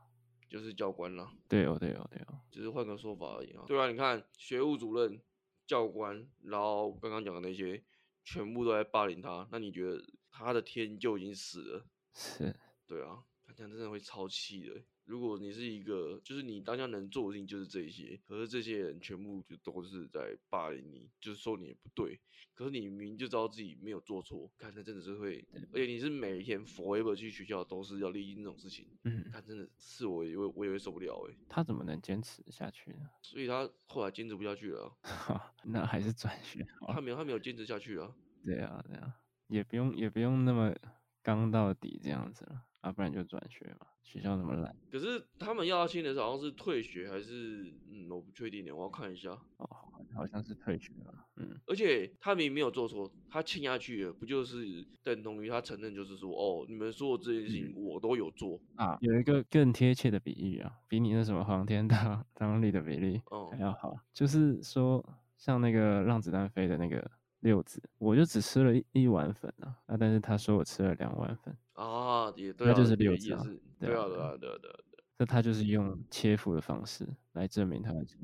[SPEAKER 1] 就是教官啦，
[SPEAKER 2] 对哦，对哦，对哦，
[SPEAKER 1] 只是换个说法而已啊。对啊，你看学务主任、教官，然后刚刚讲的那些，全部都在霸凌他，那你觉得他的天就已经死了？
[SPEAKER 2] 是
[SPEAKER 1] 对啊，他这样真的会超气的欸。如果你是一个，就是你当下能做的事情就是这一些，可是这些人全部就都是在霸凌你，就是说你不对，可是你明明就知道自己没有做错，看那真的是会，而且你是每天 forever 去学校都是要历经这种事情，
[SPEAKER 2] 嗯，
[SPEAKER 1] 看真的是我也会我也会受不了哎、
[SPEAKER 2] 他怎么能坚持下去呢？
[SPEAKER 1] 所以他后来坚持不下去了啊，
[SPEAKER 2] 那还是转学好了。
[SPEAKER 1] 他没有他没有坚持下去了，
[SPEAKER 2] 对啊，对啊，也不用也不用那么刚到底这样子了啊，不然就转学嘛。学校那么烂
[SPEAKER 1] 可是他们要他签的时候好像是退学还是嗯我不确定的，我要看一下，
[SPEAKER 2] 哦，好好像是退学了。嗯，
[SPEAKER 1] 而且他明明没有做错，他欠下去了，不就是等同于他承认，就是说，哦，你们说的这件事
[SPEAKER 2] 嗯
[SPEAKER 1] 情我都有做，
[SPEAKER 2] 啊，有一个更贴切的比喻啊，比你那什么黄天大张力的比例
[SPEAKER 1] 哦
[SPEAKER 2] 还，要好，就是说像那个让子弹飞的那个六子，我就只吃了一一碗粉啊，啊，但是他说我吃了两碗粉，
[SPEAKER 1] 啊，也对
[SPEAKER 2] 那
[SPEAKER 1] 啊，
[SPEAKER 2] 就是
[SPEAKER 1] 也
[SPEAKER 2] 六
[SPEAKER 1] 也
[SPEAKER 2] 字啊
[SPEAKER 1] 是，
[SPEAKER 2] 对
[SPEAKER 1] 对
[SPEAKER 2] 啊
[SPEAKER 1] 啊，对
[SPEAKER 2] 对啊
[SPEAKER 1] 啊，对啊，对啊，
[SPEAKER 2] 那他就是用切腹的方式来证明他的钱。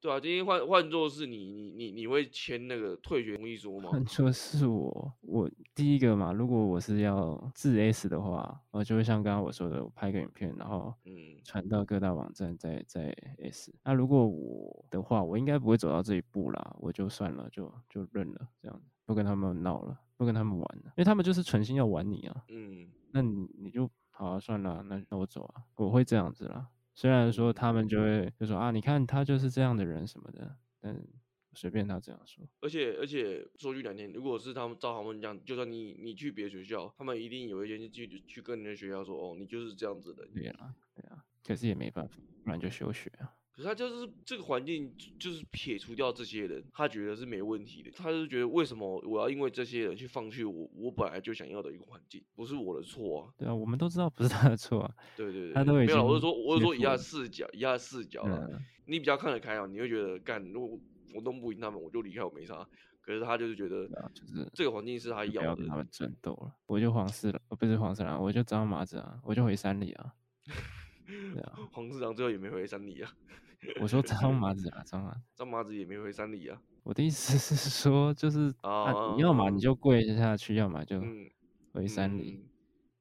[SPEAKER 1] 对啊，今天换换做是你，你你你会签那个退学同意书吗？
[SPEAKER 2] 换作是我，我第一个嘛，如果我是要自 S 的话，我就会像刚刚我说的，我拍个影片，然后
[SPEAKER 1] 嗯，
[SPEAKER 2] 传到各大网站再再 S。那如果我的话，我应该不会走到这一步啦，我就算了，就就认了，这样不跟他们闹了，不跟他们玩了，因为他们就是存心要玩你啊，
[SPEAKER 1] 嗯，
[SPEAKER 2] 那你你就好啊，算了啊，那那我走啊，我会这样子啦。虽然说他们就会就说啊，你看他就是这样的人什么的，但随便他这样说。
[SPEAKER 1] 而且而且说句难听，如果是他们照他们这样，就算你你去别的学校，他们一定有一天去去跟你的学校说，哦，你就是这样子的，
[SPEAKER 2] 对啊，对啊，可是也没办法，不然就休学啊。
[SPEAKER 1] 可是他就是这个环境，就是撇除掉这些人，他觉得是没问题的。他就觉得为什么我要因为这些人去放弃我我本来就想要的一个环境，不是我的错啊。
[SPEAKER 2] 对啊，我们都知道不是他的错啊。
[SPEAKER 1] 对对对，
[SPEAKER 2] 他都已
[SPEAKER 1] 没有啦，我是
[SPEAKER 2] 经
[SPEAKER 1] 说，我是说
[SPEAKER 2] 屈
[SPEAKER 1] 以下
[SPEAKER 2] 服
[SPEAKER 1] 视角，以下视角啦，
[SPEAKER 2] 嗯，
[SPEAKER 1] 你比较看得开啊，你会觉得干，如果我弄不赢他们，我就离开，我没啥。可是他就是觉得
[SPEAKER 2] 对啊，就是
[SPEAKER 1] 这个环 境是他
[SPEAKER 2] 就不
[SPEAKER 1] 要
[SPEAKER 2] 要
[SPEAKER 1] 的
[SPEAKER 2] 跟，他们争斗了。我就黄四了，呃不是黄四郎，我就张麻子啊，我就回山里 啊。对啊，
[SPEAKER 1] 黄市长最后也没回山里啊，
[SPEAKER 2] 我说张麻子啊，张麻子。
[SPEAKER 1] 张麻子也没回山里啊。
[SPEAKER 2] 我的意思是说，就是啊，你要
[SPEAKER 1] 啊
[SPEAKER 2] 么你就跪下去，要么就
[SPEAKER 1] 嗯，
[SPEAKER 2] 回山里，
[SPEAKER 1] 嗯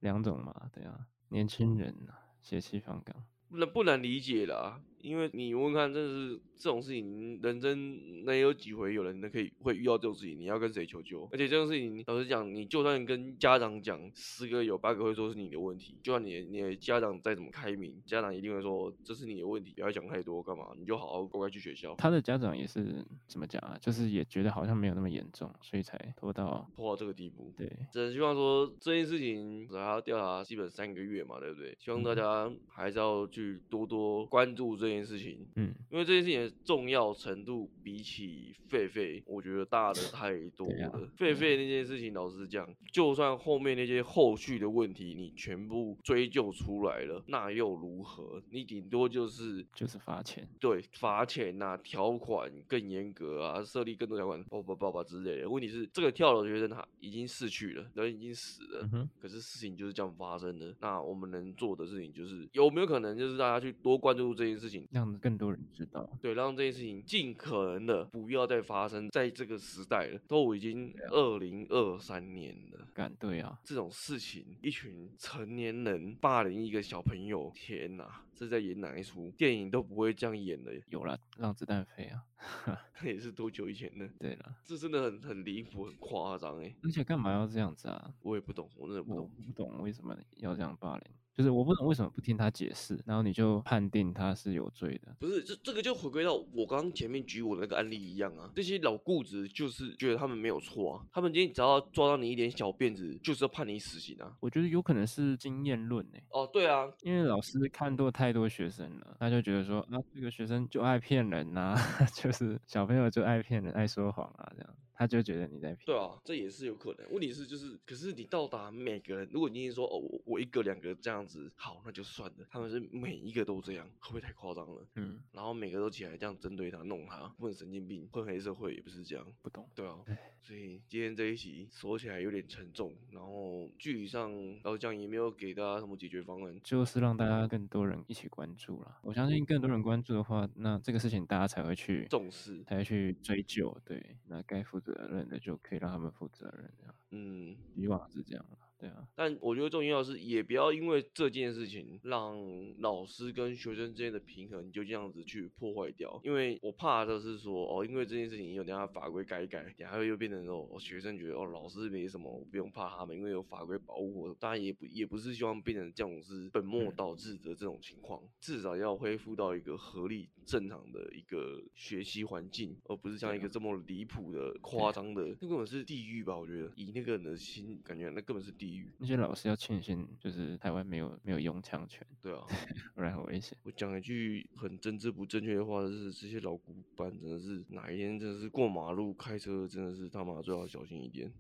[SPEAKER 2] 两种嘛。对啊，年轻人啊，血气方刚。
[SPEAKER 1] 不能不能理解啦，因为你问看，真的是这种事情，人生能有几回有人能可以会遇到这种事情？你要跟谁求救？而且这种事情，老实讲，你就算跟家长讲，十个有八个会说是你的问题。就算你的你的家长再怎么开明，家长一定会说这是你的问题，不要讲太多，干嘛？你就好好乖乖去学校。
[SPEAKER 2] 他的家长也是怎么讲啊？就是也觉得好像没有那么严重，所以才拖到
[SPEAKER 1] 拖到这个地步，
[SPEAKER 2] 对，
[SPEAKER 1] 只能希望说这件事情还要调查基本三个月嘛，对不对？希望大
[SPEAKER 2] 嗯
[SPEAKER 1] 家还是要去多多关注这件事情，
[SPEAKER 2] 嗯，
[SPEAKER 1] 因为这件事情的重要程度比起狒狒，我觉得大的太多
[SPEAKER 2] 对啊
[SPEAKER 1] 了。
[SPEAKER 2] 对
[SPEAKER 1] 狒
[SPEAKER 2] 啊
[SPEAKER 1] 狒那件事情，老实讲，就算后面那些后续的问题你全部追究出来了，那又如何？你顶多就是
[SPEAKER 2] 就是罚钱。
[SPEAKER 1] 对罚钱呐、条款更严格啊，设立更多条款，叭叭叭叭之类的。问题是，这个跳楼的学生他已经逝去了，人已经死了
[SPEAKER 2] 嗯。哼，
[SPEAKER 1] 可是事情就是这样发生的，那我们能做的事情就是有没有可能就是大家去多关注这件事情，
[SPEAKER 2] 让更多人知道。
[SPEAKER 1] 对，让这件事情尽可能的不要再发生在这个时代了，都已经二零二三年了。
[SPEAKER 2] 敢对啊，
[SPEAKER 1] 这种事情，一群成年人霸凌一个小朋友，天哪，这在演哪一出？电影都不会这样演的，
[SPEAKER 2] 有了让子弹飞啊。
[SPEAKER 1] 那也是多久以前呢？
[SPEAKER 2] 对了，
[SPEAKER 1] 这真的很很离谱，很夸张哎，
[SPEAKER 2] 而且干嘛要这样子啊？
[SPEAKER 1] 我也不懂，我真的不
[SPEAKER 2] 我
[SPEAKER 1] 懂。
[SPEAKER 2] 不懂为什么要这样霸凌，就是我不懂为什么不听他解释，然后你就判定他是有罪的。
[SPEAKER 1] 不是，这这个就回归到我刚刚前面举我的那个案例一样啊，这些老固执就是觉得他们没有错啊，他们今天只要抓到你一点小辫子，就是要判你死刑啊。
[SPEAKER 2] 我觉得有可能是经验论呢、
[SPEAKER 1] 哦，对啊，
[SPEAKER 2] 因为老师看多太多学生了，他就觉得说啊，这个学生就爱骗人呐、 就是小朋友就爱骗人、爱说谎啊，这样他就觉得你在骗。
[SPEAKER 1] 对啊，这也是有可能。问题是就是，可是你到达每个人，如果你已经说哦，我我一个两个这样子，好，那就算了。他们是每一个都这样，会不会太夸张了？
[SPEAKER 2] 嗯，
[SPEAKER 1] 然后每个都起来这样针对他、弄他，混神经病、混黑社会也不是这样。
[SPEAKER 2] 不懂。
[SPEAKER 1] 对啊
[SPEAKER 2] 唉，
[SPEAKER 1] 所以今天这一集说起来有点沉重，然后剧上老实讲也没有给大家什么解决方案。
[SPEAKER 2] 就是让大家更多人一起关注啦。我相信更多人关注的话，那这个事情大家才会去
[SPEAKER 1] 重视，
[SPEAKER 2] 才会去追究。对，那该负责任的就可以让他们负责任，这样
[SPEAKER 1] 嗯，
[SPEAKER 2] 以往是这样啦。对啊，
[SPEAKER 1] 但我觉得重要的是，也不要因为这件事情让老师跟学生之间的平衡就这样子去破坏掉。因为我怕的是说，哦，因为这件事情有等下法规改一改，等下又变成说、哦学生觉得哦老师没什么，我不用怕他们，因为有法规保护我。当然也不也不是希望变成这种是本末
[SPEAKER 2] 嗯
[SPEAKER 1] 倒置的这种情况，至少要恢复到一个合理正常的一个学习环境，而不是像
[SPEAKER 2] 对
[SPEAKER 1] 一
[SPEAKER 2] 啊
[SPEAKER 1] 个这么离谱的夸张的，那根本是地狱吧？我觉得以那个人的心感觉，那根本是地狱。
[SPEAKER 2] 那些老师要庆幸，就是台湾没有没有拥枪权，
[SPEAKER 1] 对啊，
[SPEAKER 2] 不然很危险。
[SPEAKER 1] 我讲一句很政治不正确的话，就是这些老古板真的是哪一天真的是过马路开车真的是他妈最好小心一点。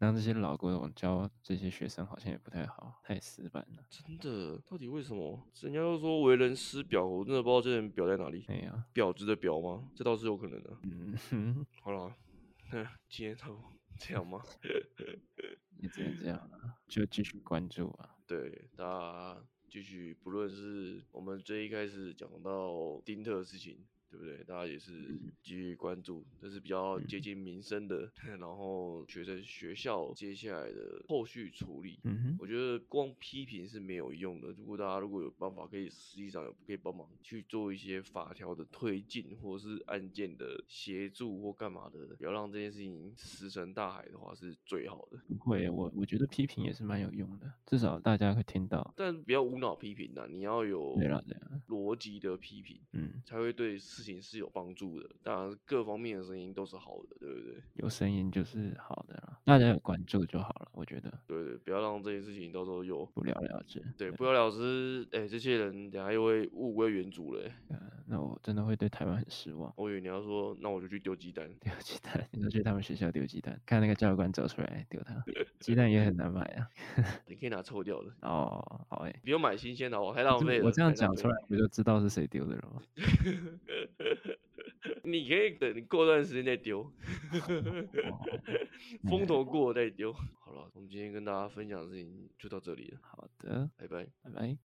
[SPEAKER 2] 让这些老古董教这些学生好像也不太好，太死板了。
[SPEAKER 1] 真的，到底为什么？人家都说为人师表，我真的不知道这人表在哪里。
[SPEAKER 2] 对哎呀、
[SPEAKER 1] 婊子的婊吗？这倒是有可能的、
[SPEAKER 2] 嗯哼，
[SPEAKER 1] 好了，那 今天都这样吗？
[SPEAKER 2] 也只能这样了，就继续关注啊。
[SPEAKER 1] 对，大家继续，不论是我们最一开始讲到丁特的事情，对不对？大家也是
[SPEAKER 2] 嗯
[SPEAKER 1] 继续关注，这是比较接近民生的， 然后学生学校接下来的后续处理。
[SPEAKER 2] 嗯哼，
[SPEAKER 1] 我觉得光批评是没有用的。如果大家如果有办法，可以实际上有可以帮忙去做一些法条的推进，或是案件的协助或干嘛的，不要让这件事情石沉大海的话是最好的。
[SPEAKER 2] 不会，我我觉得批评也是蛮有用的，至少大家会听到。
[SPEAKER 1] 但不要无脑批评呐，你要有
[SPEAKER 2] 对啦，对啊啦，
[SPEAKER 1] 逻辑的批评，
[SPEAKER 2] 哦嗯，
[SPEAKER 1] 才会对事情是有帮助的。当然，各方面的声音都是好的，对不对？
[SPEAKER 2] 有声音就是好的啦，大家有关注就好了。我觉得
[SPEAKER 1] 对对，不要让这件事情到时候又
[SPEAKER 2] 不了了之。
[SPEAKER 1] 对不了了之。哎、这些人等下又会物归原主了、欸。
[SPEAKER 2] 呃，那我真的会对台湾很失望。
[SPEAKER 1] 我以为你要说，那我就去丢鸡蛋。
[SPEAKER 2] 丢鸡蛋，你说去他们学校丢鸡蛋，看那个教官走出来丢他，鸡蛋也很难买啊。
[SPEAKER 1] 你可以拿臭掉的，
[SPEAKER 2] 哦，好哎、
[SPEAKER 1] 不用买新鲜的，我太浪
[SPEAKER 2] 这
[SPEAKER 1] 费了。
[SPEAKER 2] 我这样
[SPEAKER 1] 太浪
[SPEAKER 2] 讲
[SPEAKER 1] 费
[SPEAKER 2] 出来，不就知道是谁丢的了吗？
[SPEAKER 1] 了，你可以等过段时间再
[SPEAKER 2] 哦
[SPEAKER 1] 丢，
[SPEAKER 2] 哎
[SPEAKER 1] 风头过了再丢。好了，我们今天跟大家分享的事情就到这里了，
[SPEAKER 2] 好的，
[SPEAKER 1] 拜拜。
[SPEAKER 2] 拜拜。